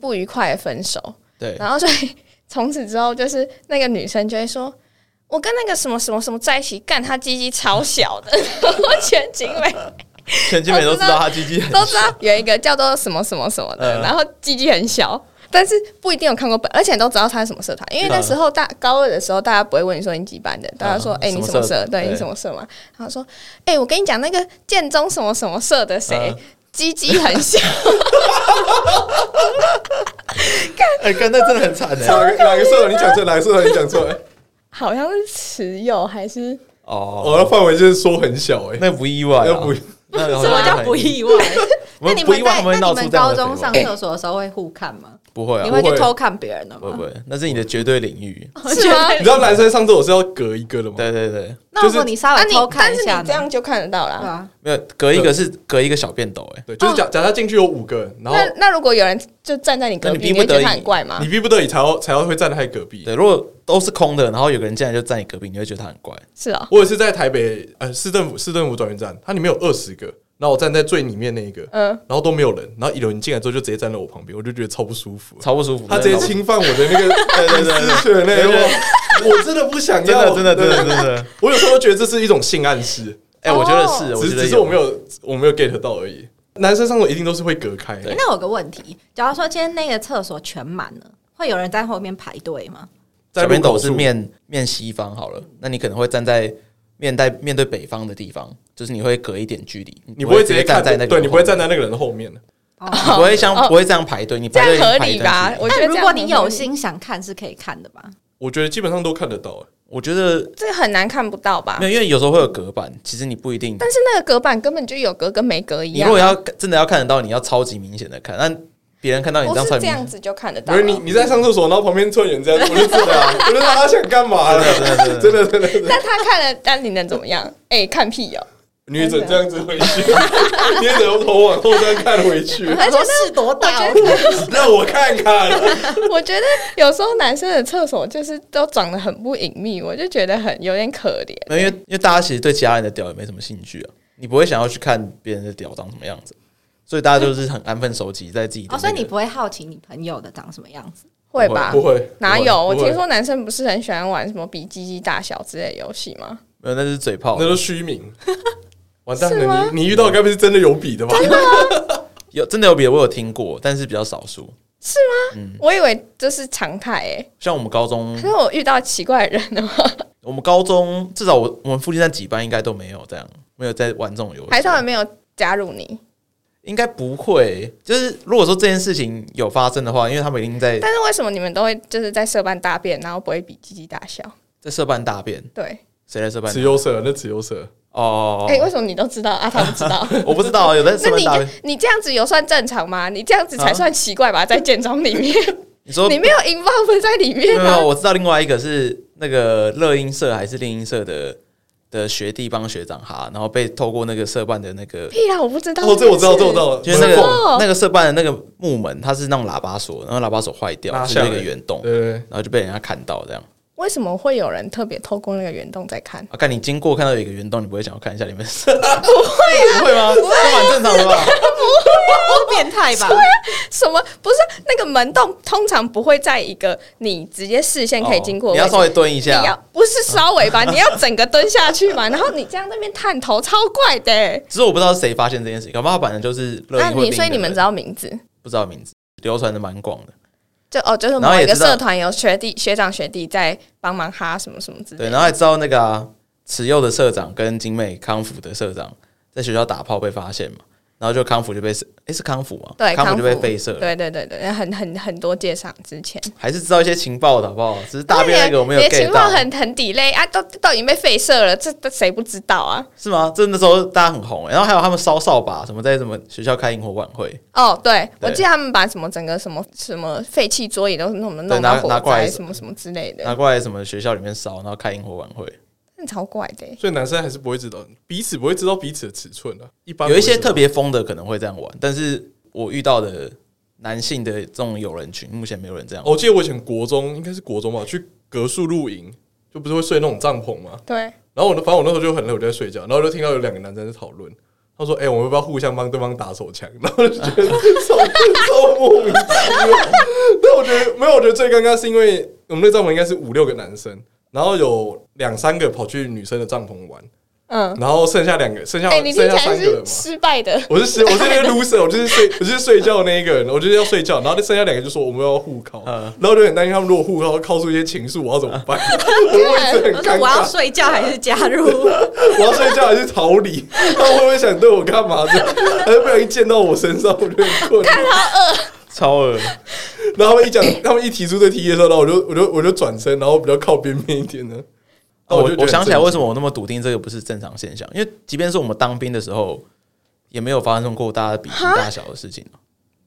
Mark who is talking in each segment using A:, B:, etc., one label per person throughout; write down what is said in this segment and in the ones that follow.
A: 不愉快的分手。
B: 对，
A: 然后所以从此之后，就是那个女生就会说。我跟那个什么什么什么在一起，干他鸡鸡超小的，我全景美
B: 全景美都知道他鸡鸡 很
A: 都知道有一个叫做什么什么什么的，
B: 嗯
A: 然后鸡鸡很小，但是不一定有看过本，而且都知道他是什么社团，因为那时候大高二的时候，大家不会问你说你几班的，大家说哎、
B: 什
A: 你
B: 么
A: 什么
B: 社
A: 社？对
B: 对
A: 你什么社嘛？然后说哎、我跟你讲那个建中什么什么社的谁
B: 嗯
A: 鸡鸡很小，
B: 哎，跟那真的很惨的
C: 哪个哪个社团你讲出来，哪个社团你讲出 来，
A: 好像是持有还是
B: 哦，
C: 哦，那范围就是说很小哎，
B: 那不意外啊，
C: 那不
B: 那好像
D: 什么叫不意外？
B: 我们
D: 你
B: 不
D: 们
B: 意外，
D: 在
B: 他们会
D: 那
B: 闹
D: 你
B: 出
D: 们
B: 这样
D: 高
B: 的
D: 中
B: 废话
D: 上厕所的时候会互看吗？
B: 不会啊
D: 你？会哦
C: 不
D: 去
C: 会
D: 偷看别人的
B: 不会
D: 吗
B: 不？会，那是你的绝对领域。
A: 是吗？
C: 你知道男生上厕所是要隔一个的吗？
B: 对对对，
D: 那
C: 就
D: 如
C: 是
D: 果你稍
A: 啊
D: 微
A: 你
D: 偷看
A: 但
D: 一
A: 是你
D: 下
A: 这
D: 呢，
A: 样就看得到
D: 对
A: 啦。
D: 啊，
B: 没有隔一个是隔一个小便斗，哎，
C: 对，就是假假设他进去有五个人，然后
A: 哦那那如果有人就站在你隔
B: 那你
A: 壁，
B: 逼
A: 你
B: 不
A: 会觉得
B: 得
A: 他
B: 已
A: 很怪吗
C: 你？逼不得已才要才要会站在他隔壁。
B: 对，如果都是空的，然后有个人进来就站你隔壁，你会觉得他很怪。
A: 是啊，
C: 我也是在哦台北呃市政府市政府转运站，它里面有二十个，然后我站在最里面那一个，
A: 嗯
C: 然后都没有人，然后一轮进来之后就直接站在我旁边，我就觉得超不舒服。
B: 超不舒服。
C: 他直接
B: 亲，
C: 侵犯我的那个对对 私权欸
B: 对对
C: 我我真的不想
B: 真
C: 要，
B: 的真的真的真
C: 对。
B: 的，
C: 我有时候觉得这是一种性暗示，
B: 哎，我觉得是，觉
C: 只是
B: 得
C: 只是我没有我没有 get 到而已。男生上头一定都是会隔开
D: 诶
C: 的，
D: 那我有个问题，假如说今天那个厕所全满了，会有人在后面排队吗？
C: 在
B: 小
C: 路口
B: 便斗是
C: 处
B: 面面西方好了，那你可能会站在面带面对北方的地方，就是你会隔一点距离，
C: 你不会直接看
B: 站在那个，
C: 对你不会站，在那个人的后面的。
B: 你不会像
A: 哦
B: 不会这样排队，你
A: 这
B: 排队
A: 样合
B: 排一
A: 理
B: 段
A: 吧
B: 距？离
A: 我觉
D: 但
A: 得
D: 如
A: 这样
D: 果你
A: 很合
D: 有
A: 理
D: 心想看，是可以看的吧？
C: 我觉得基本上都看得到，
B: 我觉得
A: 这个很难看不到吧
B: 没？有，因为有时候会有隔板，其实你不一定。
A: 但是那个隔板根本就有隔跟没隔一
B: 你
A: 样啊
B: 如，果要真的要看得到，你要超级明显的看，但别人看到你
A: 不
B: 这样
A: 是
B: 超
A: 这
B: 级明
A: 样
B: 显，
A: 子就看得到
C: 不是
A: 了。
C: 你你在上厕所，然后旁边突然有人这样，我就知道，我就知道他想干嘛了。
B: 对
C: 真的真的真的，
A: 但他看了，但你能怎么 样？哎、看屁哦！
C: 你也只能这样子回去，你也只能头往后这样看回去，
D: 而且是多大
A: 我觉
C: 让我看看。
A: 我觉得有时候男生的厕所就是都长得很不隐秘，我就觉得很有点可怜。
B: 没有，因为因为大家其实对其他人的屌也没什么兴趣啊，你不会想要去看别人的屌长什么样子，所以大家就是很安分守己在自己的、那
D: 哦，所以
B: 个
D: 你不会好奇你朋友的长什么样子？
A: 会吧？
C: 不会，
A: 哪有？
C: 不会
A: 我
C: 不会
A: 听说男生不是很喜欢玩什么比鸡鸡大小之类的游戏吗？
B: 没有那是嘴炮
C: 那，都虚名。完蛋
A: 是
C: 了
A: 吗，
C: 你你遇到该不是真的有比的吧？
B: 有真的有别的我有听过，但是比较少数。嗯
A: 我以为这是常态欸诶、
B: 像我们高中
A: 可，是我遇到奇怪的人的 话，
B: 我们高中至少我我们附近那几班应该都没有这样，没有在玩这种游戏，
A: 还是他们没有加入你。
B: 应该不会。就是如果说这件事情有发生的话，因为他们已经在
A: 但是为什么你们都会就是在社办大便，然后不会比鸡鸡大小？
B: 在社办大便，
A: 对，
B: 谁在社办
C: 只？有舍，那只有舍。
B: 哦，
A: 哎、为什么你都知道啊？他不知 道。
B: 我不知道，有在社
A: 那
B: 办
A: 你
B: 大便。啊
A: 你这样子有算正常吗？你这样子才算奇怪吧，在建中里 面，
B: 你说
A: 你没有 involve 在里面
B: 没有，
A: 啊。
B: 我知道另外一个是那个乐音社还是练音社的的学弟帮学长哈，然后被透过那个社办的那个，
A: 屁啦，我不知道。
C: 哦，这我知道，这我知。道，
B: 就是那个
C: 门缝
B: 那个社办的那个木门，它是那种喇叭锁，然后喇叭锁坏掉，
C: 拉
B: 是
C: 下来
B: 那个圆洞，
C: 对对
B: 然后就被人家看到这样。
A: 为什么会有人特别透过那个圆洞在看？
B: 啊，看你经过看到有一个圆洞，你不会想要看一下里 面是？ 不会啊，不会吗？这蛮正常的吧？
D: 多变态吧？
A: 什么？不是那个门洞通常不会在一个你直接视线可以经过、
B: 哦
A: 的位
B: 你要
A: 置
B: 稍微蹲一
A: 你要
B: 下。
A: 不是稍微吧，你要整个蹲下去嘛，然后你这样那边探头，超怪的欸、
B: 只是我不知道是谁发现这件事情，搞不好本来就是乐
A: 那
B: 音会
A: 你所以你们知
B: 道
A: 道名字？
B: 不知道名字，流传的蛮广的。
A: 就哦，就是
B: 然
A: 某
B: 后也
A: 一个
B: 知道
A: 社团有学弟、学长、学弟在帮忙哈什么什么之类
B: 对，
A: 的。
B: 然后还知道那个啊慈幼的社长跟景美康复的社长在学校打炮被发现嘛，然后就康复就被诶是康复吗？
A: 对，
B: 康
A: 康
B: 复就被废社了，
A: 对对对对，很很很多介绍之前，
B: 还是知道一些情报的好不好？只是大便那个我没有
A: 你的
B: get
A: 情况
B: 到，
A: 很很 delay 啊，都都已经被废社了，这这谁不知道啊？
B: 是吗？真的那时候大家很红、欸，然后还有他们烧扫把什么在什么学校开萤火晚会，
A: 哦，对，
B: 对
A: 我记得他们把什么整个什么什么废弃桌椅都弄弄
B: 对拿
A: 到火
B: 拿过来
A: 灾什么什么之类
B: 拿
A: 的，
B: 过来什么学校里面烧，然后开萤火晚会，
A: 真的超怪的欸、
C: 对，所以男生还是不会知道，彼此不会知道彼此的尺寸的。一般
B: 有一
C: 不会
B: 些
C: 知道
B: 特别疯的可能会这样玩，但是我遇到的男性的这种友人群，目前没有人这样
C: 哦，我记得我以前国中应该是国中吧，去格树露营，就不是会睡那种帐篷吗？
A: 对，
C: 然后我那反正我那时候就很累，我就在睡觉，然后就听到有两个男生在讨论，他说：“哎、我们要不要互相帮对方打手枪？” 然后我就觉得超超莫名其妙。但我觉得没有，我觉得最尴尬是因为我们那帐篷应该是五六个男生，然后有两三个跑去女生的帐篷玩，
A: 嗯，
C: 然后剩下两个，剩下、
A: 哎、你听
C: 剩
A: 起
C: 下
A: 来
C: 三个人
A: 是
C: 嘛。
A: 失败的，
C: 我是我是那个 loser，我就是睡我就是睡觉那一个人，我就是要睡觉，然后剩下两个就说我们要互考，
B: 嗯
C: 然后就很担心他们如果互考靠出一些情愫，我要怎么办？ 我会不会
D: 嗯我
C: 很
D: 说
C: 尴
D: 我要
C: 尬，
D: 睡觉还是加 入？
C: 我要睡觉还是逃离？他们会不会想对我干嘛的？还是不小心溅到我身上，我就很困扰。
B: 超恶，
C: 然后他们一讲，他们一提出这题的时候，然后我就我就我就转身，然后比较靠边边一点的。
B: 哦
C: 就
B: 我
C: 觉得
B: 我
C: 很
B: 想起来
C: 震
B: 为
C: 惊
B: 什么我那么笃定这个不是正常现象，因为即便是我们当兵的时候，也没有发生过大家比心大小的事情啊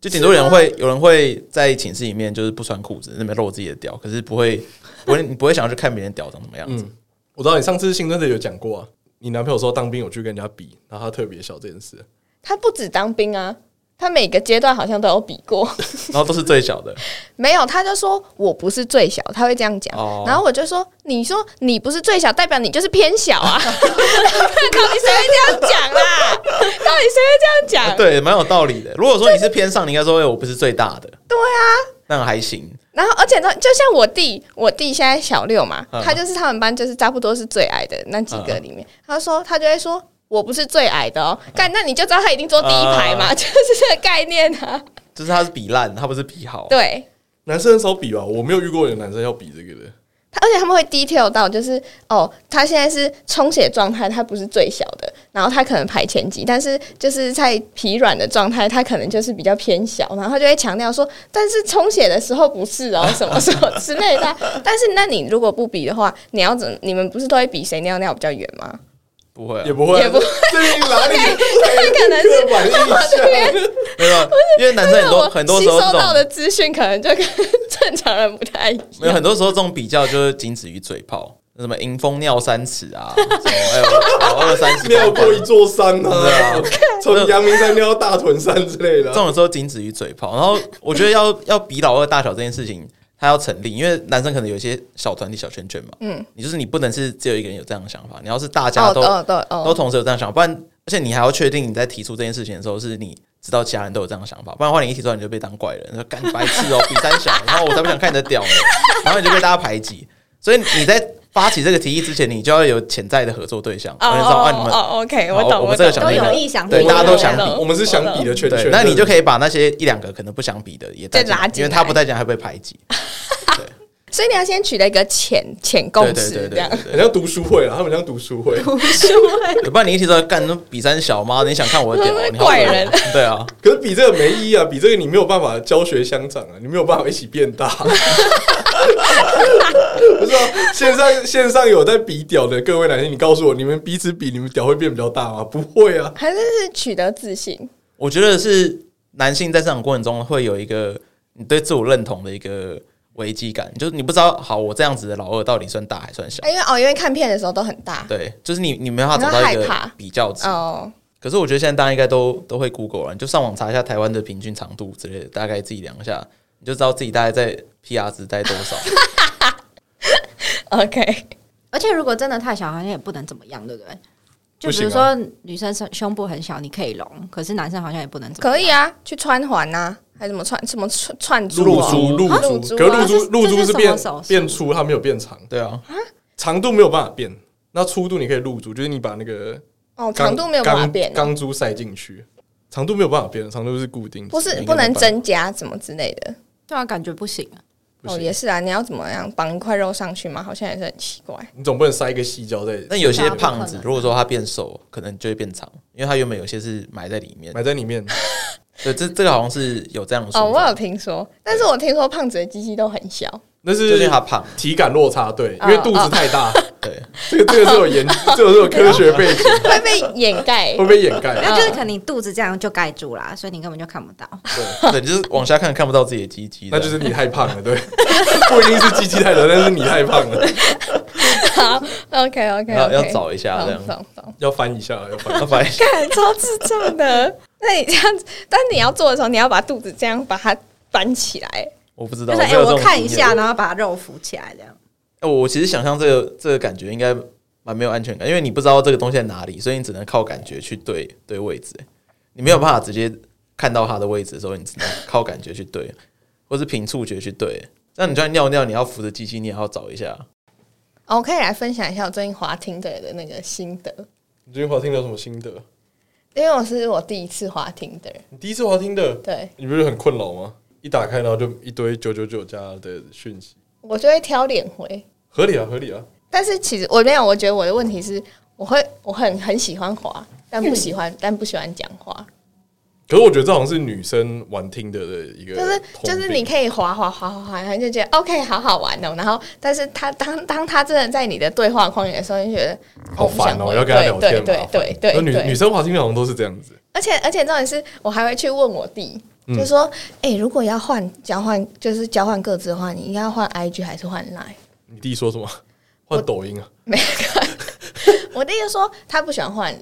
B: 就顶多有人会有人会在寝室里面就是不穿裤子那边露自己的屌，可是不会不会你不会想要去看别人屌长什么样子。
C: 嗯，我知道你上次新真的有讲过啊，你男朋友说当兵有去跟人家比，然后他特别小这件事。
A: 他不止当兵啊，他每个阶段好像都有比过。
B: 然后都是最小的，
A: 没有，他就说我不是最小，他会这样讲。
B: 哦
A: 然后我就说，你说你不是最小，代表你就是偏小 啊？到底谁会这样讲啦？到底谁会这样讲？
B: 啊对，蛮有道理的。如果说你是偏上，你应该说，哎，我不是最大的，
A: 对啊。
B: 那还行。
A: 然后，而且呢，就像我弟，我弟现在小六嘛，
B: 嗯
A: 他就是他们班就是差不多是最矮的那几个里面。他说，他就会说。我不是最矮的
B: 嗯
A: 哦，干，那你就知道他一定坐第一排
B: 啊
A: 嘛， 就是这个概念啊。
B: 就是他是比烂，他不是比好。
A: 对，
C: 男生很少比吧，我没有遇过有男生要比这个的。
A: 他而且他们会 detail 到，就是哦，他现在是充血状态，他不是最小的，然后他可能排前几，但是就是在疲软的状态，他可能就是比较偏小，然后他就会强调说，但是充血的时候不是哦，什么什么之类的啊。但是那你如果不比的话，你要怎？你们不是都会比谁尿尿比较远吗？
B: 不会、啊，
C: 也不会啊，
A: 也不会
C: 这是哪里？
A: 他可能
C: 刻
A: 是
C: 板印象。
B: 没有，啊因为男生很多
A: 我
B: 很多
A: 吸
B: 时候
A: 收
B: 这
A: 到
B: 种
A: 的资讯可能就跟正常人不太一样。
B: 没有很多时候这种比较就是仅止于嘴炮，那什么迎风尿三尺啊，什么哎呦跑二三十
C: 尿
B: 公
C: 过一
B: 分，
C: 座山
B: 对啊
C: 啊，从阳明山尿到大屯山之类的
B: 这
C: 啊。
B: 种时候仅止于嘴炮。然后我觉得要要比老二大小这件事情，它要成立，因为男生可能有一些小团体小圈圈嘛，嗯，你就是你不能是只有一个人有这样的想法，你要是大家
A: 哦
B: 都、
A: 哦哦
B: 都
A: 哦，
B: 同时有这样想，不然而且你还要确定你在提出这件事情的时候，是你知道其他人都有这样的想法，不然的话你一提出来你就被当怪人，说干白痴哦、比三小，然后我才不想看你的屌呢，然后你就被大家排挤。所以你在发起这个提议之前，你就要有潜在的合作对象，
A: 哦
B: 有人知道啊你
A: 哦
B: 们
A: 哦，OK，
B: 好
A: 我懂，
B: 我
A: 我
B: 们这个
A: 懂
B: 小
D: 都
B: 妹
A: 我
D: 有
A: 懂
D: 意想，
B: 对
D: 我
B: 大家都
D: 懂
B: 想比
D: 我懂
C: 我们是想比的圈
B: 对，
C: 圈，
B: 那你就
C: 以。
B: 可以把那些一两个可能不想比的也带进
A: 再拉进
B: 因为
A: 来
B: 他不带进来还被排挤。
A: 所以你要先取得一个浅浅共
B: 对对对
A: 识，这
B: 对
A: 样。
B: 对
C: 很像读书会啊，他们像读书会。
B: 对，不然你一提出来干那比三小吗？你想看我 的屌？你好恶
A: 怪人，
B: 对啊，
C: 可是比这个没意义啊，比这个你没有办法教学相长啊，你没有办法一起变大。 不是啊，线上线上有在比屌的各位男性，你告诉我，你们彼此比，你们屌会变比较大吗？不会啊，
A: 还是是取得自信。
B: 我觉得是男性在成长过程中会有一个你对自我认同的一个危机感，就是你不知道，好，我这样子的老二到底算大还算小？
A: 哎因为哦，因为看片的时候都很大
B: 对，就是你你没办法找到一
A: 你会害
B: 个
A: 怕
B: 比较值。
A: 哦，
B: 可是我觉得现在大家应该都都会 Google 了，你就上网查一下台湾的平均长度之类的，大概自己量一下，你就知道自己大概在 PR 值在多少。
A: OK，
D: 而且如果真的太小，好像也不能怎么样，对不对？就
C: 不
D: 比如
C: 行
D: 说女生胸胸部很小，你可以隆，可是男生好像也不能怎么样。
A: 可以啊，去穿环啊，还怎么串什么串串珠
C: 露
A: 啊
C: 珠露
A: 啊
C: 珠，
A: 珠
C: 可是
A: 啊
C: 露珠露
D: 这
C: 珠
D: 是
C: 是
D: 什
C: 变
D: 么手术
C: 变粗，它没有变长，
B: 对啊，
C: 长度没有办法变。那粗度你可以露珠，就是你把那个
A: 哦，
C: 钢
A: 长度没有办法
C: 钢
A: 变，
C: 钢珠塞进去，长度没有办法变，长度是固定值，
A: 不
C: 应
A: 是
C: 该
A: 不能
C: 没办法
A: 增加什么之类的。
D: 对啊，感觉不行啊。
C: 不
A: 哦，
C: 行
A: 也是啊，你要怎么样绑一块肉上去嘛？好像也是很奇怪。
C: 你总不能塞一个细胶在
B: 但有些
D: 大部分
B: 胖子
D: 啊
B: 如果说他变瘦，可能就会变长，因为他原本有些是埋在里面。
C: 埋在里 面。
B: 对，这这个好像是有这样的说
A: 哦，我
B: 法
A: 有，听说，但是我听说胖子的鸡鸡都很小，
C: 那
B: 就是因为
C: 是
B: 他胖。
C: 体感落差，对，因
A: 哦
C: 为肚子太 大，
B: 对，
C: 这个这个是有研，这个是有科学背景，
A: 会被掩盖
C: 会。被掩盖
D: 没。有，就是可能你肚子这样就盖住啦，所以你根本就看不到。
B: 对，你就是往下看看不到自己的鸡鸡，
C: 那就是你太胖了，对， 不一定是鸡鸡太小，但是你太胖了，
A: 好，OK OK，
B: 要要找一下这样。
A: 懂懂。
C: 要翻一下，要翻一下。
B: 那 反正
A: 干超智障的。那你这样子，但你要做的时候，你要把肚子这样把它搬起来。
B: 我不知道，
D: 就是哎、
B: 没有这
D: 我
B: 种
D: 看
B: 经
D: 一
B: 验
D: 下，。然后把肉扶起来这样。
B: 哎我我其实想象这个这个感觉应该蛮没有安全感，因为你不知道这个东西在哪里，所以你只能靠感觉去对对位置、你没有办法直接看到它的位置的时候，你只能靠感觉去对，或是凭触觉去对。那你就算尿尿，你要扶着机器，你也要找一下。
A: 哦，我可以来分享一下我最近滑听的的那个心得，
C: 你最近滑听的有什么心得？
A: 因为我是我第一次滑听的，
C: 你第一次滑听的，
A: 对
C: 你不是很困扰吗？一打开，然后就一堆九九九加的讯息，
A: 我就会挑脸回。
C: 合理啊，合理啊。
A: 但是其实我没有，我觉得我的问题是，我会我很很喜欢滑，但不喜欢、但不喜欢讲话，
C: 可是我觉得这好像是女生玩听的的一个
A: 就
C: 通
A: 是
C: 病，
A: 就是你可以滑滑滑滑滑，然后就觉得 OK 好好玩哦。然后，但是他当当他真的在你的对话框里的时候，你就觉得
C: 好烦
A: 我不想
C: 哦，
A: 回
C: 要跟她聊天
A: 对对
C: 麻烦
A: 对对
C: 那
A: 对
C: 呃女
A: 对
C: 女生滑听的好像都是这样子，
A: 而且而且重点是我还会去问我弟，
C: 嗯
A: 就说：“哎、如果要换交换，就是交换各自的话，你应该要换 IG 还是换 Line？”
C: 你弟说什么？换抖音啊？
A: 没有，我弟就说他不喜欢换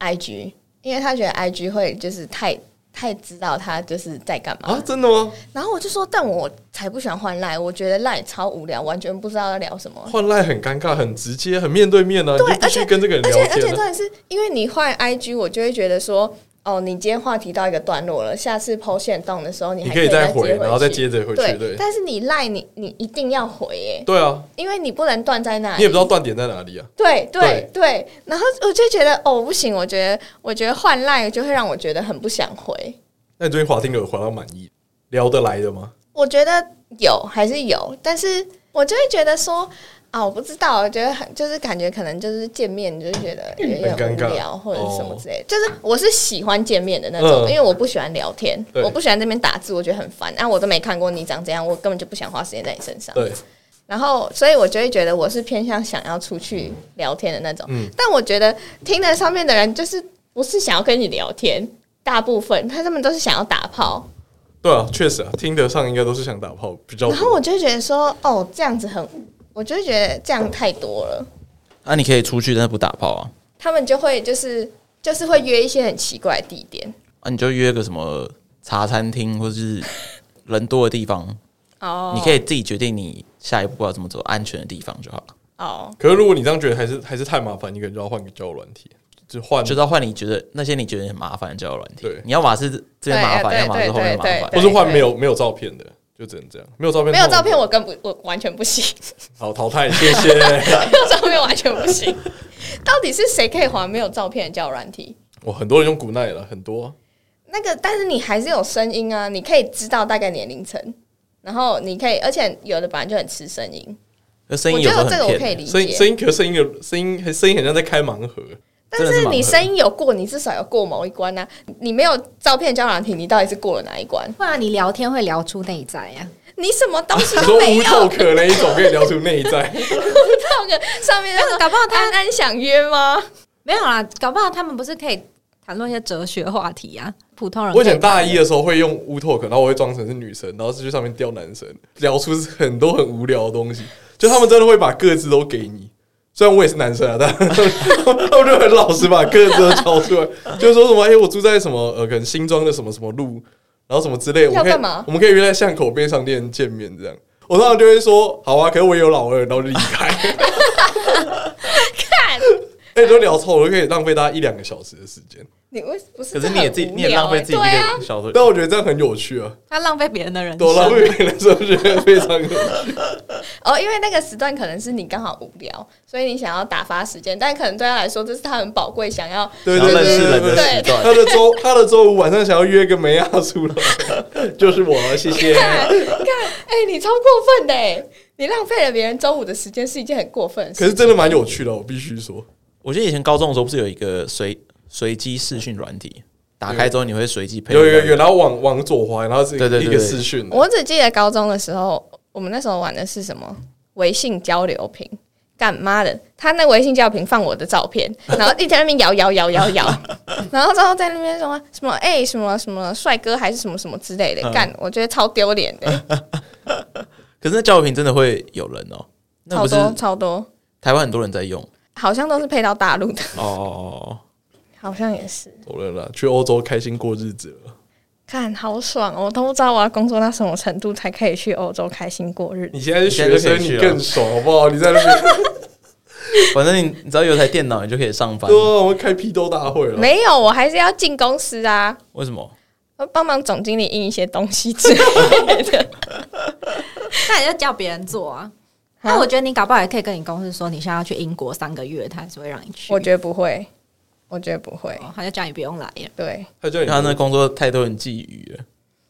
A: IG，因为他觉得 IG 会就是太太知道他就是在干嘛。
C: 啊，真的吗？
A: 然后我就说，但我才不喜欢换 Line，我觉得 Line 超无聊，完全不知道要聊什么。
C: 换赖很尴尬，很直接，很面对面啊，你
A: 对
C: 就必须跟这个人
A: 而
C: 聊
A: 且而且
C: 天
A: 重
C: 啊。
A: 点是因为你换 IG，我就会觉得说，哦，你今天话题到一个段落了，下次抛线动的时候，你
C: 你
A: 还
C: 可以
A: 再
C: 再回，
A: 接
C: 然后再接着回
A: 回
C: 去，
A: 去。
C: 对
A: 但是你赖你你一定要回耶，
C: 对啊，
A: 因为你不能断在那里。
C: 你也不知道断点在哪里啊。
A: 对对对，然后我就觉得哦不行，我觉得我觉得换赖就会让我觉得很不想回。
C: 那你最近滑听有滑到满意，聊得来的吗？
A: 我觉得有还是有，但是我就会觉得说啊，我不知道，我觉得很就是感觉可能就是见面就是觉得有点
C: 嗯很尴尬哦
A: 无聊或者是什么之类的就是我是喜欢见面的那种，
C: 嗯
A: 因为我不喜欢聊天，
C: 对
A: 我不喜欢那边打字，我觉得很烦。啊，我都没看过你长怎样，我根本就不想花时间在你身上。
C: 对，
A: 然后，所以我就会觉得我是偏向想要出去聊天的那种。
C: 嗯
A: 但我觉得听的上面的人就是不是想要跟你聊天，大部分他他们都是想要打炮。
C: 对啊，确实啊，听得上应该都是想打炮比较
A: 然后
C: 多。
A: 我就会觉得说，哦，这样子很，我就会觉得这样太多了。
B: 啊，你可以出去，但是不打炮啊。
A: 他们就会就是就是会约一些很奇怪的地点
B: 啊，你就约个什么茶餐厅，或是人多的地方，
A: 哦
B: 你可以自己决定你下一步要怎么走，安全的地方就好了。
A: 哦，
C: 可是如果你这样觉得还是还是太麻烦，你可能就要换个交友软体，就
A: 嗯
C: 换
B: 就是要换你觉得那些你觉得很麻烦的交友软体
C: 对，
B: 你要么是这边麻烦，
A: 对
B: 要么是后面麻
A: 对对对
B: 烦
A: 对。
C: 或是换没有没有照片的，就只能这样。没有照片，
A: 没有照片我更不我完全不行，
C: 好淘汰，谢谢。
A: 没有照片完全不行。到底是谁可以还没有照片的叫软体？
C: 我很多人用古奈了，很多啊
A: 那个，但是你还是有声音啊，你可以知道大概年龄层，然后你可以，而且有的本来就很吃声音，
B: 那声
A: 我
B: 音
A: 觉
B: 有时
A: 得
B: 候
A: 这个
B: 很
A: 我可以
B: 骗，
A: 理
C: 声音
A: 解。
C: 声音，可是声音有声音，声音很像在开盲盒。
A: 但
B: 真的
A: 是
B: 是盲
A: 你
B: 盒
A: 声音有过，你至少有过某一关啊。你没有照片交软体，你到底是过了哪一关？
D: 不然你聊天会聊出内在啊呀、
A: 你什么东西
C: 你
A: 都
C: 说
A: 没
C: 无
A: 有，
C: 透可那一种可以聊出内在，
A: 那个上面那
D: 搞不好他
A: 安安想约吗？
D: 没有啦，搞不好他们不是可以谈论一些哲学话题啊？普通人
C: 我以前大一的时候会用乌托克，然后我会装成是女生，然后去上面钓男生，聊出很多很无聊的东西。就他们真的会把各自都给你，虽然我也是男生啊，但 他们就很老实把各自都交出来，就是说什么哎、我住在什么呃，可能新庄的什么什么路，然后什么之类，我们可以
A: 要干嘛
C: 我们可以约在巷口便利商店见面这样。我通常就会说好啊，可是我也有老二，然后就离开。
A: 看
C: 哎、都聊臭了，可以浪费大家一两个小时的时间，
A: 你为不是？
B: 可是你也自己，
A: 这很无
B: 你也浪费自己一
A: 聊欸对啊，
B: 个小时。
C: 但我觉得这样很有趣啊，
D: 他浪费别人的 人
C: 多
D: 生，
C: 浪费别人的时候觉得非常 有趣。
A: 哦，因为那个时段可能是你刚好无聊，所以你想要打发时间，但可能对他来说，这是他很宝贵，想要
C: 对
B: 想
C: 对
B: 要
C: 对
B: 认识人
C: 对
B: 的
C: 对
B: 时
C: 他
B: 段，
C: 的周他的周五晚上想要约个梅亚 出来，就是我，
B: 啊
C: 谢谢。
A: 看，看，哎、你超过分的哎！你浪费了别人周五的时间是一件很过分的
C: 可
A: 事。
C: 是真的蛮有趣的，我必须说。
B: 我记得以前高中的时候不是有一个随随机视讯软体，打开之后你会随机配
C: 有有
B: 对
C: 有，然后往往左滑，然后是一
B: 对对对
C: 个
B: 对
C: 视讯的，
A: 我只记得高中的时候，我们那时候玩的是什么微信交流屏。干妈的，他那微信交流屏放我的照 片，然后一直在那边摇摇摇摇摇，然后之后在那边什么什么哎、什么什么帅哥还是什么什么之类的，
B: 嗯
A: 干我觉得超丢脸
B: 啊
A: 的，
B: 可是那交友屏真的会有人哦，那
A: 超
B: 不是
A: 多超多，
B: 台湾很多人在用
A: 好像都是配到大陆的，
B: 哦哦
A: 好像也是。
C: 走人了，去欧洲开心过日子了。
A: 看好爽哦！我都不知道我要工作到什么程度才可以去欧洲开心过日子。
C: 你现在是学
B: 你现在就
C: 生，
B: 可以
C: 你
B: 去了
C: 更爽好不好？你在那边，
B: 反正你你只要有台电脑，你就可以上班
C: 对。啊，我们开批斗大会了。
A: 没有，我还是要进公司啊，
B: 为什么？
A: 帮忙总经理印一些东西之类的。
D: 那你就叫别人做啊。
A: 啊
D: 那我觉得你搞不好也可以跟你公司说，你现在要去英国三个月，他还是会让你去。
A: 我觉得不会，我觉得不会。
D: 哦他就叫你不用来了。
A: 对，
C: 他叫
B: 因为
C: 你
B: 他那工作太多人觊觎了。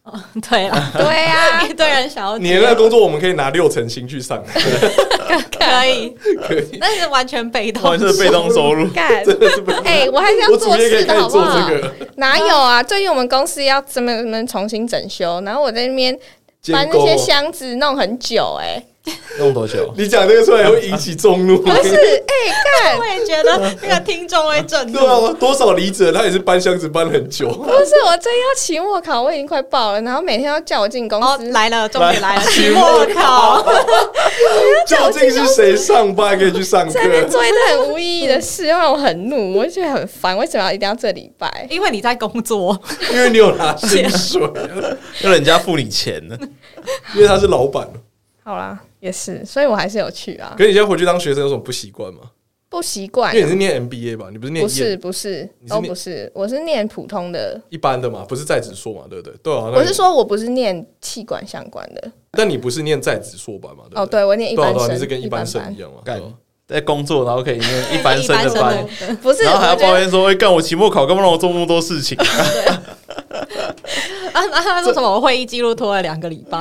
D: 哦，对了，
A: 对啊，，
D: 一堆人想要
C: 你的那个工作，我们可以拿六成薪 去上，
D: 可以，
C: 可以，
D: 但是完全被动，
B: 完全是被动收 入
A: 干。
C: 真的是不。
A: 哎、我还是
C: 我
A: 要
C: 主
A: 做
C: 业可以
A: 事的
C: 开始
A: 好不
C: 做
A: 好？
C: 这个
A: 哪有啊？最近我们公司要怎么怎么重新整修，然后我在那边搬
C: 监
A: 那
C: 工
A: 些
C: 哦。
A: 箱子弄很久、哎，
B: 弄多久？
C: 你讲这个出来会引起众怒，
A: 不是，哎、干，
D: 我也觉得那个听众会 震
C: 对啊，多少离职了，他也是搬箱子搬很久。
A: 不是，我真要期末考，我已经快爆了，然后每天要叫我进公
D: 哦，
A: 司，
D: 来了，重点来了，期末考，
C: 究竟是谁上班可以去上课
A: 在？那边做一些很无意义的事，让我很怒，我就觉得很烦，为什么要一定要这礼拜？
D: 因为你在工作，
C: 因为你有拿薪水，啊
A: 啊
B: 要人家付你钱呢？
C: 因为他是老板。
A: 好啦，也是，所以我还是有去啊，
C: 可是你现在回去当学生有什么不习惯吗？
A: 不习惯
C: 因为。你是念 MBA 吧？你不是念
A: 哎不
C: 一
A: 是不是
C: 你是
A: 都
C: 念
A: 不是，我是念普通的，
C: 一般的嘛，不是在职硕嘛，对不对？对啊，那
A: 我
C: 你
A: 是，说我不是念气管相关的。
C: 但你不是念在职硕班嘛？对不
A: 哦，，对，我念一
C: 对啊
A: 般
C: 对啊，
A: 生，
C: 你是跟一般生
A: 班
C: 一样嘛？对
B: 干
C: 啊
B: 在工作，然后可以念一般生
D: 一般
B: 的班，
D: 生的
A: 不是，
B: 然后还
A: 我
B: 要
A: 觉
B: 抱
A: 得
B: 怨说：“哎，干我期末考，干嘛让我做那么多事情
D: 啊，那他为什么我会议记录拖了两个礼拜？？”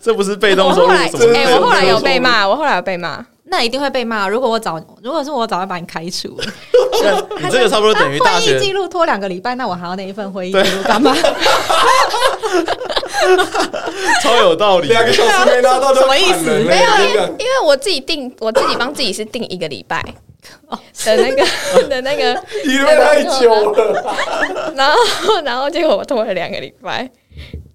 B: 这不是被动
A: 我
B: 收
A: 后
B: 入
A: 来
B: 什么？
A: 哎，我后来有被
C: 被动
A: 骂，我后来有被骂，
D: 那一定会被骂。啊如果我早，如果是我早就把你开除了。
B: 干你这个差不多等于大
D: 啊会议
B: 学
D: 记录拖两个礼拜，那我还要那一份会议记录干嘛？
B: 超有道理。
C: 啊两个小时没拿到就
D: 什么意
C: 砍
D: 思
C: 人了
A: 没有，啊
C: 跟
A: 因
C: 你
A: 为
C: 讲
A: 因为我自己定，我自己帮自己是定一个礼拜
C: 哦
A: 的那 个的那个，
C: 因为太久了，
A: 然后 然后结果我拖了两个礼拜，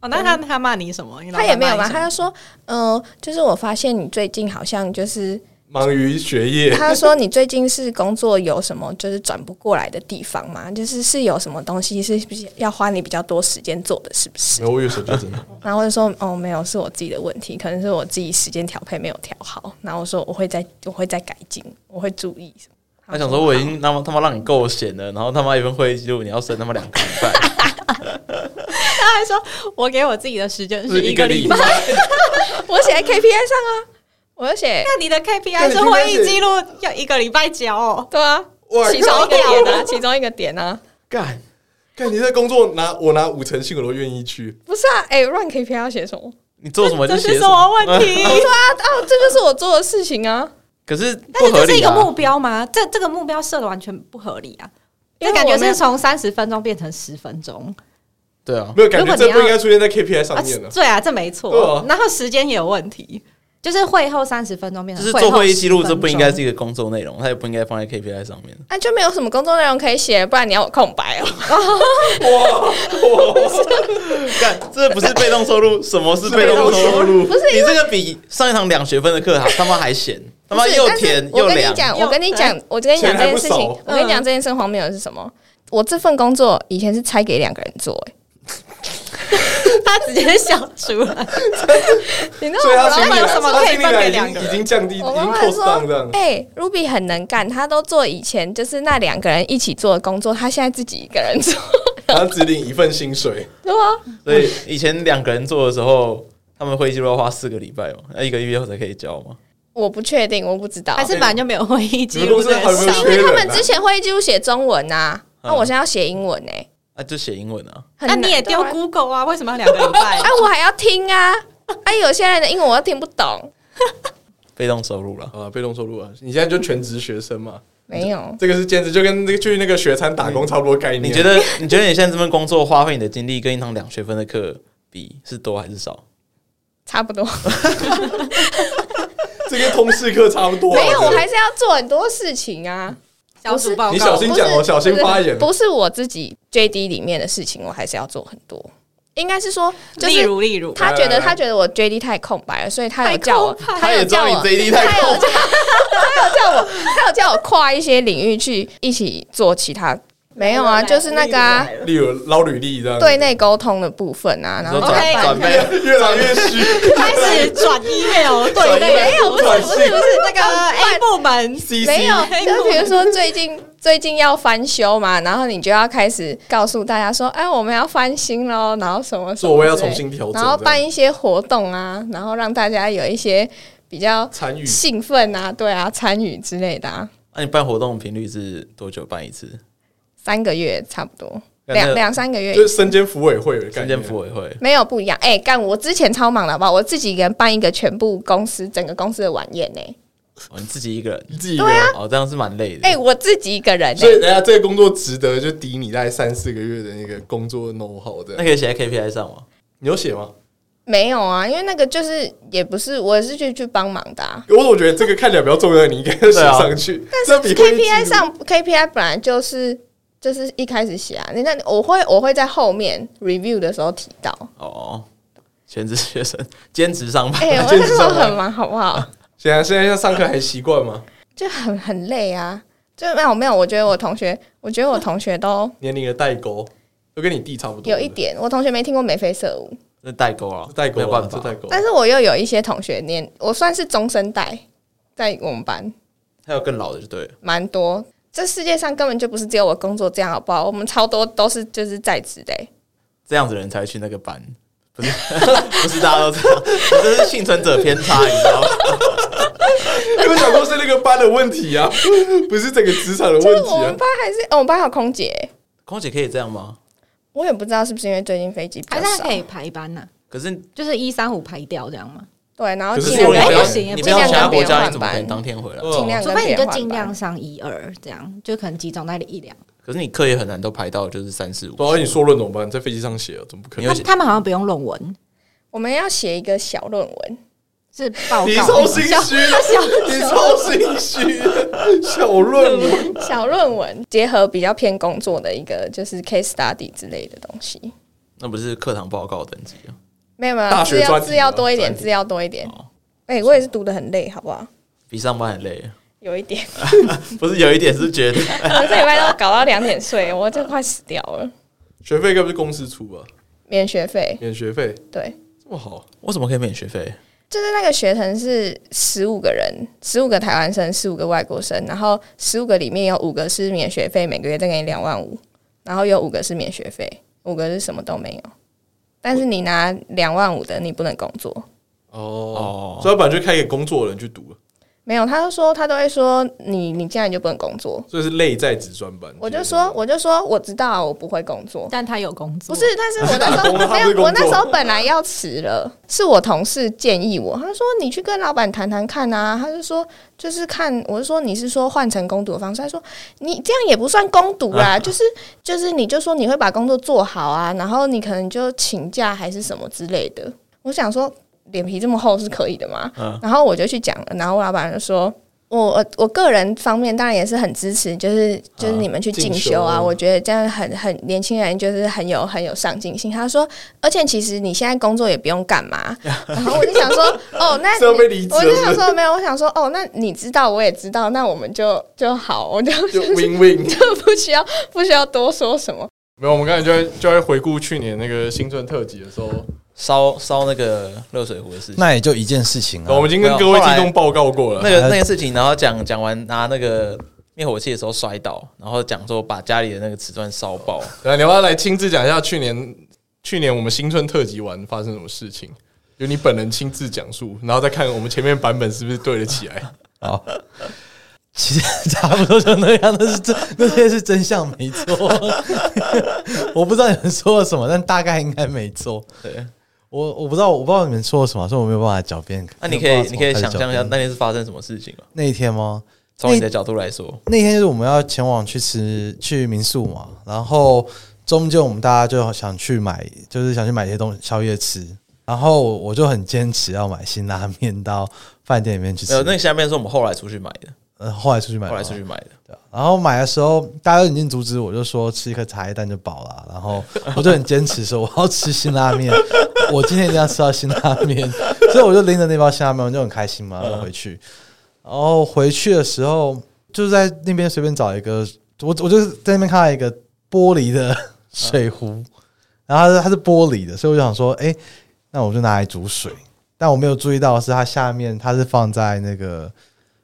D: 哦，那他他骂你什么？你老
A: 他
D: 板
A: 也没有
D: 骂
A: 吧，
D: 你什么
A: 他就说，嗯，就是我发现你最近好像就是
C: 忙于学业，
A: 他说：“你最近是工作有什么就是转不过来的地方吗？就是是有什么东西是比较要花你比较多时间做的，是不是
C: 没有，我有手机真的。？”
A: 然后我就说：“哦，没有，是我自己的问题，可能是我自己时间调配没有调好。”然后我说：“我会再，我会再改进，我会注意。”
B: 他想说我已经他妈他妈让你够闲了，然后他妈一份会议记录你要升他妈两个礼拜，
D: 他还说我给我自己的时间是一个礼拜。
A: 我写在 KPI 上啊，我就写
D: 那你的 KPI
C: 对
D: 是
C: 你
D: 会
C: KPI
D: 议
C: 是
D: 记录要一个礼拜交哦。
A: 对啊，
C: 哇
A: 其中一个点啊，其中一个点啊，
B: 干
C: 看你在工作拿我拿五成薪我都愿意去，
A: 不是啊，哎、乱 KPI 要写什么？
B: 你做什么就
D: 这
B: 写
D: 是什么 问题？
A: 对啊，啊，这就是我做的事情啊。
B: 可是
D: 但
B: 不
D: 是
B: 合
D: 这是一
B: 理
D: 个目
B: 啊！
D: 标吗？这这个目标设的完全不合理啊！
A: 因
D: 这
A: 为
D: 感觉
A: 我没有
D: 是从三十分钟变成十分钟
B: 对啊，
C: 没有感觉
D: 如果你
C: 这
D: 要
C: 不应该出现在 KPI 上
D: 啊！
C: 面了。
D: 对啊，这没
C: 对
D: 错
C: 啊。
D: 然后时间也有问题，就是会后三十分钟变
B: 就
D: 成
B: 是做
D: 后
B: 会议记录，
D: 10
B: 这
D: 分钟
B: 不应该是一个工作内容，它也不应该放在 KPI 上面。
A: 啊，就没有什么工作内容可以写，不然你要我空白哦。
B: 干，这不是被动收入，什么是被
C: 被
B: 动
C: 动
B: 收
C: 收
B: 入？
C: 入
A: 不是
B: 你这个比上一堂两学分的课还他妈还闲，他妈
A: 不是
B: 又
A: 但是
B: 甜
A: 我
B: 又
A: 跟你
B: 凉。
A: 讲，
D: 又
A: 我跟你讲，我跟你讲这
C: 钱还
A: 件
C: 不
A: 事情
C: 少，
A: 我跟你讲这件事荒谬的是什么？我这份工作以前是拆给两个人做、欸，
D: 他直接笑出 来，
A: 你知道
C: 所以
A: 我
C: 他
A: 老
C: 心
A: 板
C: 里
D: 有什么
C: 他
D: 可以
C: 心里
D: 分给
C: 来已
D: 两个
C: 经已经降低，已经
A: 我妈妈
C: cost down 这
A: 说
C: 样：“。
A: 哎、r u b y 很能干，他都做以前就是那两个人一起做的工作，他现在自己一个人做，
C: 然后只领一份薪水，
A: 对吗？
B: 所以以前两个人做的时候，他们会议记录要花四个礼拜嘛，那一个月后才可以交嘛。
A: 我不确定，我不知道
D: 还，是本来就没有会议记
C: 你们公
D: 录
C: 司
D: 这
C: 还有没
D: 个
C: 有
D: 事
A: 因
C: 缺
A: 为
C: 人、
A: 他
C: 啊？
A: 们之前会议记录写中文呐、啊，那、
B: 嗯
A: 我现在要写英文呢、欸，
B: 啊，就写英文啊，
A: 很
D: 那
A: 难
D: 你也丢
A: 对啊
D: Google 啊？为什么要两个礼拜
A: 啊？，我还要听啊，啊，有些人的英文我又听不懂，
B: 被动收入了。
C: 啊，被动收入啊！你现在就全职学生嘛，
A: 没有。”
C: 这个是兼职，就跟那个去那个学餐打工差不多概念。
B: 你觉得你觉得你现在这份工作花费你的精力跟一堂两学分的课比是多还是少？
A: 差不多，
C: 这跟通识课差不多啊？
A: 没有，
C: 这
A: 我还是要做很多事情啊。
D: 小组报
C: 你
D: 告
C: 小心讲
A: 不
C: 哦，
A: 是
C: 小心发言。
A: 不是我自己 JD 里面的事情，我还是要做很多。应该是说，就
D: 例
A: 是
D: 如例如，
A: 他觉
C: 来来
A: 得
C: 来
A: 他觉得我 JD 太空白了，所以他有叫我，
D: 太空白
A: 有叫我，
B: 他也知道你 JD 太空
A: 他有叫他有叫我，他有叫我跨一些领域去一起做其他没有啊，就是那个啊，
C: 例如捞履历这样，
A: 对，内沟通的部分啊，然
B: 你说
A: 后
B: 转
D: OK，
B: 转妹，
C: 越来越虚。
E: 开始转 email 对
B: 转 email
E: 内，
A: 没有，不是不是不是那个
E: A 部门 CC
A: 没有，就比如说最近 最近要翻修嘛，然后你就要开始告诉大家说，哎，我们要翻新喽，然后什么什么
C: 座位要
A: 之类
C: 重新调整
A: 然后办一些活动啊，然后让大家有一些比较
C: 参与
A: 兴奋啊，对啊，参与之类的啊，
B: 那你办活动频率是多久办一次？
A: 三个月差不多，
B: 那
A: 两
B: 那
A: 两三个月
C: 就是身兼服委会的概
B: 身
C: 念，
B: 兼服委会，
A: 没有不一样。哎、干，我之前超忙的好不好？我自己一个人办一个全部公司整个公司的晚宴呢、
B: 哦你自己一个人，
C: 你自己一个人。
B: 哦，这样是蛮累的。
A: 啊哎、我自己一个人、
C: 啊所以，
A: 欸，
C: 人家这个工作值得就抵你大概三四个月的那个工作 know how
B: 那
C: 的。
B: 可以写在 KPI 上吗？
C: 你有写吗？
A: 没有啊，因为那个就是也不是，我是去去帮忙的、啊。
C: 我总觉得这个看起来比较重要，你应该写
B: 啊
C: 上去。
A: 但
C: 这比
A: 是
C: 会议记
A: KPI
C: 录
A: 上 KPI 本来就是就是一开始写啊，你那我会我会在后面 review 的时候提 到。
B: 哦，全职学生，兼职上班。
A: 哎、我
C: 兼
A: 那
C: 职
A: 时候
C: 上班
A: 很忙，好不好？
C: 现在现在上课还习惯吗？
A: 就很很累啊。就没有没有，我觉得我同学，我觉得我同学都
C: 年龄的代沟都跟你弟差不多，
A: 有一 点，我同学没听过眉飞色舞，
B: 那代沟啊，
C: 代沟
B: 没有
C: 啊，
B: 办
C: 这
B: 法
C: 代。沟。
A: 但是我又有一些同学念，我算是中生代，在我们班
B: 还有更老的就对了，
A: 蛮多。这世界上根本就不是只有我工作这样，好不好？我们超多都是就是在职的欸、
B: 这样子的人才会去那个班，不是 不是大家都这样，这是幸存者偏差，你知道吗？
C: 有没有想过是那个班的问题 啊？不是整个职场的问
A: 就是
C: 题
A: 我们
C: 啊。
A: 班还是、哦我们班还有空姐欸、
B: 空姐可以这样吗？
A: 我也不知道是不是因为最近飞机比较
D: 还是
A: 少
D: 可，以排班呐、
B: 可是
D: 就是一三五排掉这样吗？
A: 对，然后
C: 可是
A: 尽
C: 如
A: 量
C: 果
A: 不
B: 不
C: 你
A: 要
B: 要
C: 不行
B: 你不要
A: 尽量
B: 其他
A: 跟别
B: 国
A: 人
B: 家，
A: 换
B: 你怎么可能
A: 班
B: 当天回来？
A: 尽量
D: 除
A: 跟
D: 非
A: 别
D: 你就
A: 人
D: 尽
A: 换班
D: 量上一二这样，就可能集中在一两。
B: 可是你课也很难都排到就是三四五。
C: 对啊，你说论怎么办？在飞机上写啊，怎么不可
B: 你
C: 能
B: 有
D: 他？他们好像不用论文，
A: 我们要写一个小论文，
D: 是报告。
C: 你超心虚的，你超心虚的，小论文。
A: 小论文结合比较偏工作的一个就是 case study 之类的东西。
B: 那不是课堂报告等级啊？
A: 没有没
C: 大
A: 有，
C: 学
A: 字要
C: 专题
A: 字要
C: 啊
A: 多一点，
C: 专题
A: 字要多一点
B: 哦。
A: 哎、我也是读的很累，好不好？
B: 比上班很累，
A: 有一点，
B: 不是有一点是 觉得
A: 我 这礼拜都搞到两点睡，我就快死掉了。
C: 学费该不是公司出吧？
A: 免学费，
C: 免学费
A: 对，
C: 这么好，
B: 哦为什么可以免学费？
A: 就是那个学程是十五个人，十五个台湾生，十五个外国生，然后十五个里面有五个是免学费，每个月再给你两万五，然后有五个是免学费，五个是什么都没有。但是你拿两万五的，你不能工作。
C: 哦
B: 哦
C: 所以他本来就开给工作的人去读了，
A: 没有，他就说他都会说你你这样你就不能工作。
C: 所以是类在职专班。
A: 我就说我就说我知道我不会工作，
D: 但他有工
A: 不
D: 作，
A: 是，但是我那时
C: 打工啊
A: 候没
C: 他不是
A: 有，
C: 工
A: 我那
C: 作
A: 时候本来要辞了，是我同事建议我，他说你去跟老板谈谈看啊，他就说就是看，我就说你是说换成攻读的方式，他说你这样也不算攻读 啦，就是就是你就说你会把工作做好啊，然后你可能就请假还是什么之类的，我想说脸皮这么厚是可以的嘛，
C: 嗯
A: 然后我就去讲了，然后我老板就说。我我个人方面当然也是很支持，就是就是你们去进
C: 进
A: 修
C: 修
A: 啊，
C: 啊
A: 我觉得这样很很年轻人就是很有很有上进心。他说，而且其实你现在工作也不用干 嘛。然后我就想说，哦，那
C: 是要被离职了
A: 我就是
C: 不
A: 想
C: 是
A: 说没有，我想说哦，那你知道我也知道，那我们就就好，我就
C: 就 win win。
A: 就不需要不需要多说什么。
C: 没有，我们刚才就在就在回顾去年那个新春特辑的时候，
B: 啊烧烧那个热水壶的事情，
E: 那也就一件事情啊
C: 我。们已经跟
B: 没有
C: 各位
B: 后
C: 听
B: 来
C: 众报告过了
B: 那。
E: 呃
B: 个那个事情，然后讲讲完拿那个灭火器的时候摔倒，然后讲说把家里的那个瓷砖烧爆，
C: 来，你要不要来亲自讲一下去年去年我们新春特辑完发生什么事情？由你本人亲自讲述，然后再看我们前面版本是不是对得 起来。
E: 好，其实差不多就那样，那是真， 那些是真相没错。 我不知道你们说了什么，但大概应该没错。
B: 对，
E: 我我不知道，我不知道你们说了什么，所以我没有办法狡辩。
B: 那啊你可以你可以
E: 没有办法
B: 想
E: 狡辩
B: 象一下那天是发生什么事情吗？
E: 那一天吗？
B: 从你的角度来说，
E: 那天就是我们要前往去吃去民宿嘛，然后中间我们大家就想去买，就是想去买一些东西宵夜吃，然后我就很坚持要买辛拉面到饭店里面去吃
B: 没有，。呃那个下面是我们后来出去买的，
E: 呃，后来出去买，
B: 后来出去买的，
E: 对啊然后买的时候，大家都已经阻止我，就说吃一颗茶叶蛋就饱了。啊然后 我就很坚持说我要吃辛拉面，我今天一定要吃到辛拉面，所以我就拎着那包辛拉面，我就很开心嘛，然后回去。然后回去的时候，就在那边随便找一个我我就是在那边看到一个玻璃
B: 嗯
E: 的水壶，然后它是它是玻璃的，所以我就想说，哎、那我就拿来煮水。但我没有注意到的是它下面它是放在那个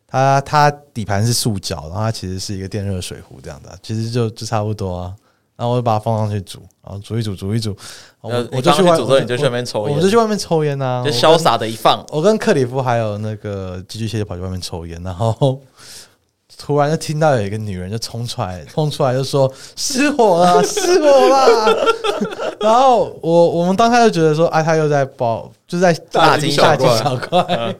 E: 它它底盘是塑胶，然后它其实是一个电热水壶这样的，其实就就差不多啊。然后我就把它放上去煮，然后煮一煮，煮一煮，哦我
B: 呃
E: 我就去
B: 你放上去
E: 外，
B: 煮之后你就去外面抽烟
E: 我我就去外面抽烟啊，
B: 就
E: 我
B: 潇洒的一放，
E: 我跟克里夫还有那个寄居蟹就跑去外面抽烟，然后突然就听到有一个女人就冲出来， 冲出来就说失火了， 失火了。 然后我我们当下就觉得说，啊，他又在包，就在
B: 大
E: 惊
B: 惊
E: 小
B: 小怪
E: 怪。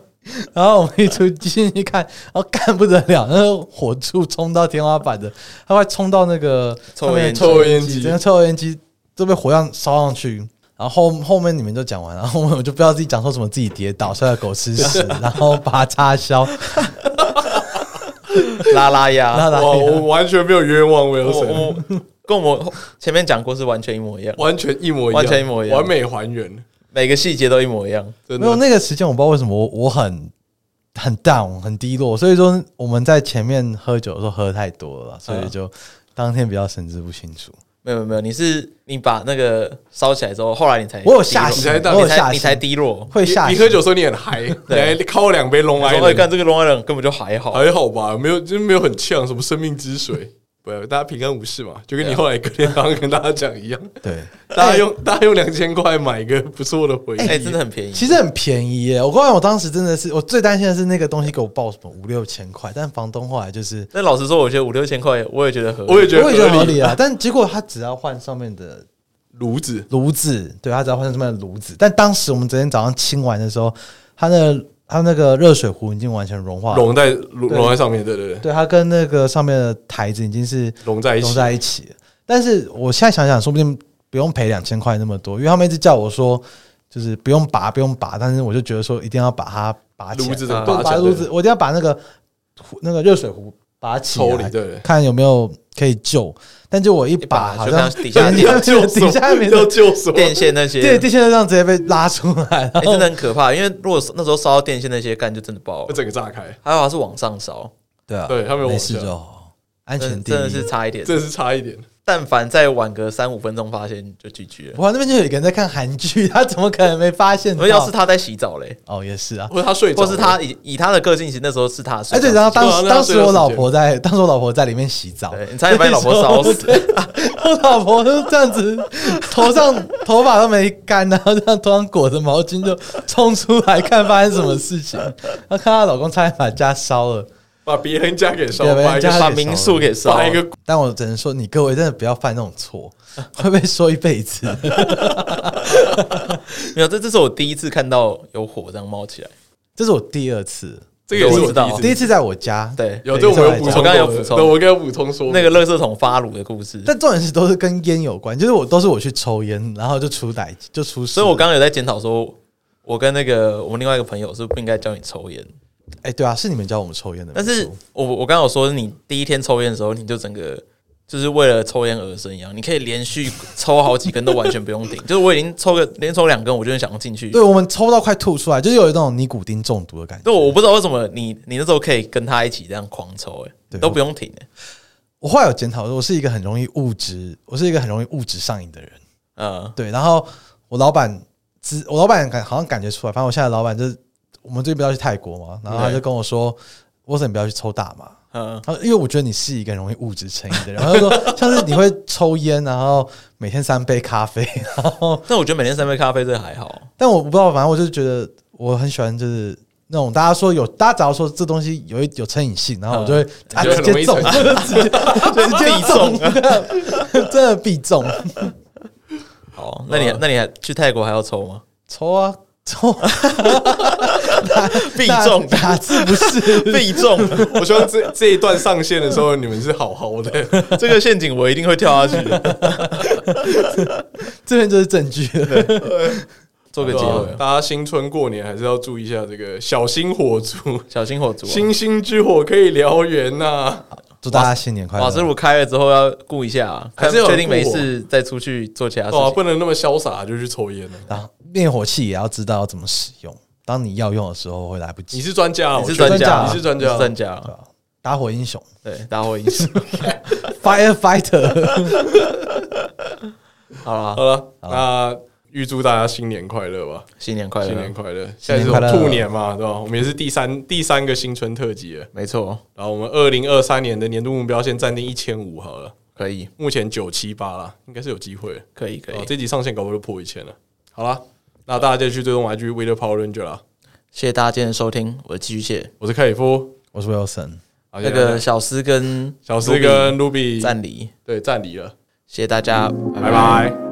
E: 然后我们一出进去看， 然后干不得了，那个火柱冲到天花板的，它快冲到那个
B: 抽烟机
E: 抽烟
C: 抽烟机
E: 整个抽烟机都被火药烧上去。然后后后面你们就讲完，然后我就不知道自己讲说什么，自己跌倒摔了狗 吃屎，然后拔插销，
B: 拉拉
E: 拉
B: 呀，
E: 拉
C: 哇，我完全没有冤枉
B: 啊我
C: Wilson，
B: 我跟我们前面讲过是完全一模一样，
C: 完全一模一样，
B: 完全一模一样
C: 完美还原，
B: 每个细节都一模一样。
C: 真
E: 没有
C: 的。
E: 那个时间，我不知道为什么我我很很 down 很低落，所以说我们在前面喝酒的时候喝太多了，所
C: 啊
E: 以就当天比较神志不清楚。
B: 没有没有没有，你是你把那个烧起来之后，后来你才
E: 我有下
C: 你
E: 心，
C: 才到
E: 我
B: 低落
E: 有
B: 你才
E: 下
B: 你才
E: 心，
B: 低落。
E: 会下
C: 你你
E: 心
C: 喝酒的时候你很嗨，你还靠我两杯 Long
B: 我说哎，干
C: Island，
B: 这个 Long Island 根本就还好，
C: 还好吧？没有，就是没有很呛，什么生命之水，不要大家平安无事嘛，就跟你
B: 啊
C: 后来隔天早上跟大家讲一样，
E: 对。
C: 大家
E: 哎
C: 用大家用两千块买一个不错的回忆，
B: 哎，真的很便宜。
E: 其实很便宜耶！我告诉你，我当时真的是，我最担心的是那个东西给我报什么五六千块，但房东后来就是，
B: 但老实说，我觉得五六千块我也觉得合理。
C: 我也觉得
E: 我也觉得合
C: 合
E: 理啊。但结果他只要换上面的
C: 炉子
E: 炉子，对他只要换上面的炉子。但当时我们昨天早上清完的时候，他那他那个热水壶已经完全融化了，
C: 融在融融在上面，对对对，
E: 对，它跟那个上面的台子已经是
C: 融在一
E: 融
C: 起，
E: 在一起了。但是我现在想想，说不定不用赔两千块那么多，因为他们一直叫我说，就是不用拔，不用拔。但是我就觉得说，一定要把它拔起来，
C: 炉子整
B: 啊
C: 个
E: 对
C: 拔起
E: 拔
C: 来
E: 炉子，我一定要把那个壶那个热水壶拔起
C: 抽离，
E: 来，
C: 对对。
E: 看有没有可以救。但就我一拔，
B: 拔
E: 好
B: 就
E: 像
B: 看到底下
E: 底
C: 要
E: 下
C: 救什
E: 底下
C: 么？
E: 没
C: 要救什么？
B: 电线那些，
E: 对，地哦线就这样直接被拉出来，然
B: 哎，真
E: 后
B: 的很可怕。因为如果那时候烧到电线那些干，就真的爆
C: 我
B: 了。
C: 整个炸开，
B: 还好它是往上烧，
E: 对啊，
C: 对他没有
E: 没
C: 往
E: 事
C: 下，
E: 就好，安
B: 真
E: 全
B: 的
E: 第一
B: 真。的是差一点。
C: 这是差一点。
B: 但凡再晚个三五分钟发现，就 GG 了。
E: 哇，那边就有一个人在看韩剧，他怎么可能没发现到？
B: 而要是他在洗澡嘞，
E: 哦，也是啊，
C: 或者他睡着
B: 或
C: 了，
B: 是他以以他的个性，其实那时候是他的睡觉
E: 哎，对，
B: 时间。
E: 然后当
C: 对啊
E: 时
C: 那
E: 当
C: 他睡
E: 时
C: 到
E: 我老
C: 时间
E: 婆在，当时我老婆在里面洗澡，
B: 对你差点把你老 婆烧死。
E: 我老婆就这样子， 头上头发都没干，然后这样头上裹着毛巾就冲出来看发生什么事情，然后看她老公差点把家烧了。
C: 把别人家给烧，
E: 对
C: 把一
E: 别人
C: 个
E: 家
B: 把民宿给烧
C: 把
B: 了
C: 一。个
E: 但我只能说，你各位真的不要犯那种 错，会被说一辈子。
B: 没有，这这是我第一次看到有火这样冒起来。
E: 这是我第二次，
C: 这个也是
B: 我知道
C: 我
E: 第
C: 第
E: 一
C: 一
E: 次
C: 次，
E: 在我家，
B: 对，
C: 有
E: 对
C: 这我
E: 这
C: 有
E: 我
C: 补
E: 来
C: 充
B: 讲我
C: 过的，
B: 刚刚有补充
C: 对我刚刚补充说
B: 那个垃圾桶发炉的故事。
E: 但重点是都是跟烟有关，就是我都是我去抽烟，然后就出歹就出事。
B: 所以我刚刚有在检讨说，我跟那个我们另外一个朋友是不应该教你抽烟，
E: 哎、对啊，是你们教我们抽烟的，
B: 但
E: 没
B: 是
E: 错
B: 我我刚刚有说，你第一天抽烟的时候，你就整个就是为了抽烟而生一样，你可以连续抽好几根都完全不 用顶，就是我已经抽个连抽两根，我就很想要进去。
E: 对我们抽到快吐出来，就是有那种尼古丁中毒的感觉。
B: 对，我不知道为什么你你那时候可以跟他一起这样狂抽、欸，
E: 对
B: 都不用停、欸，
E: 我后来有检讨说，我是一个很容易物质，我是一个很容易物质上瘾的人。
B: 嗯，
E: 对，然后我老板知，我老板感好像感觉出来，反正我现在的老板就是我们最近不要去泰国嘛，然后他就跟我说，我说你不要去抽大麻。
B: 嗯，
E: 他说：“因为我觉得你是一个容易物质成瘾的人，然后说像是你会抽烟，然后每天三杯咖啡，然后
B: 但我觉得每天三杯咖啡这还好，
E: 但我不知道，反正我就觉得我很喜欢，就是那种大家说有，大家只要说这东西有一有成瘾性，然后我就会、啊
C: 你就
E: 直
C: 很
E: 接中，
C: 容易
E: 直接直接中， 真的必中，
B: 好，啊那你、那你还去泰国还要抽 吗？
E: 抽啊抽啊，
B: 必中，
E: 打字 不是？
B: 必中，
C: 我希望这这一段上线的时候，你们是好好 的。
B: 这个陷阱我一定会跳下去的，
E: 这边就是证据了。
B: 做个结
C: 对啊
B: 尾，
C: 大家新春过年还是要注意一下这个小心火烛，
B: 小心火烛、啊。
C: 星星之火可以燎原呐。
E: 祝大家新年快
B: 瓦斯
E: 乐！
B: 炉开了之后要顾一下、啊，
C: 还是有
B: 看确
C: 人
B: 定没
C: 顾我
B: 事再出去做其他事
C: 哇，不
B: 情。
C: 能那么潇洒就去抽烟了。
E: 然后灭火器也要知道要怎么使用，当你要用的时候会来不
C: 你
E: 及。
C: 是专家啊，
B: 你
C: 我
B: 是
C: 觉得
B: 专家啊，
C: 你是专家啊，
B: 专家
E: 对
B: 啊，
E: 吧打火英雄，
B: 对，打火影响。
E: firefighter。
B: 好啦，
C: 啊好了，
E: 好
C: 那预祝大家新年快乐吧，
B: 新年快
C: 新年
B: 乐！
C: 快乐！现
E: 新
C: 在
E: 年
C: 是
E: 快乐
C: 兔年嘛，对吧？我们也是第三第三个新春特辑了。
B: 没错，
C: 然后我们二零二三年的年度目标先暂定一千五好了，
B: 可以，
C: 目前九七八啦，应该是有机会。
B: 可以，可以
C: 哦，。这集上线搞不好就破一千了。好啦，那大家就去追踪我 IG w e t e r Power Ranger 啦。
B: 谢谢大家今天的收听，我是寄居蟹。
C: 我是凯里夫，
E: 我是 Wilson，
C: 好
B: 那
C: 谢谢大
B: 个
C: 家
B: 小思跟
C: 小诗跟 Ruby
B: 赞礼，
C: 对暂离了，
B: 谢谢大家，
C: 拜拜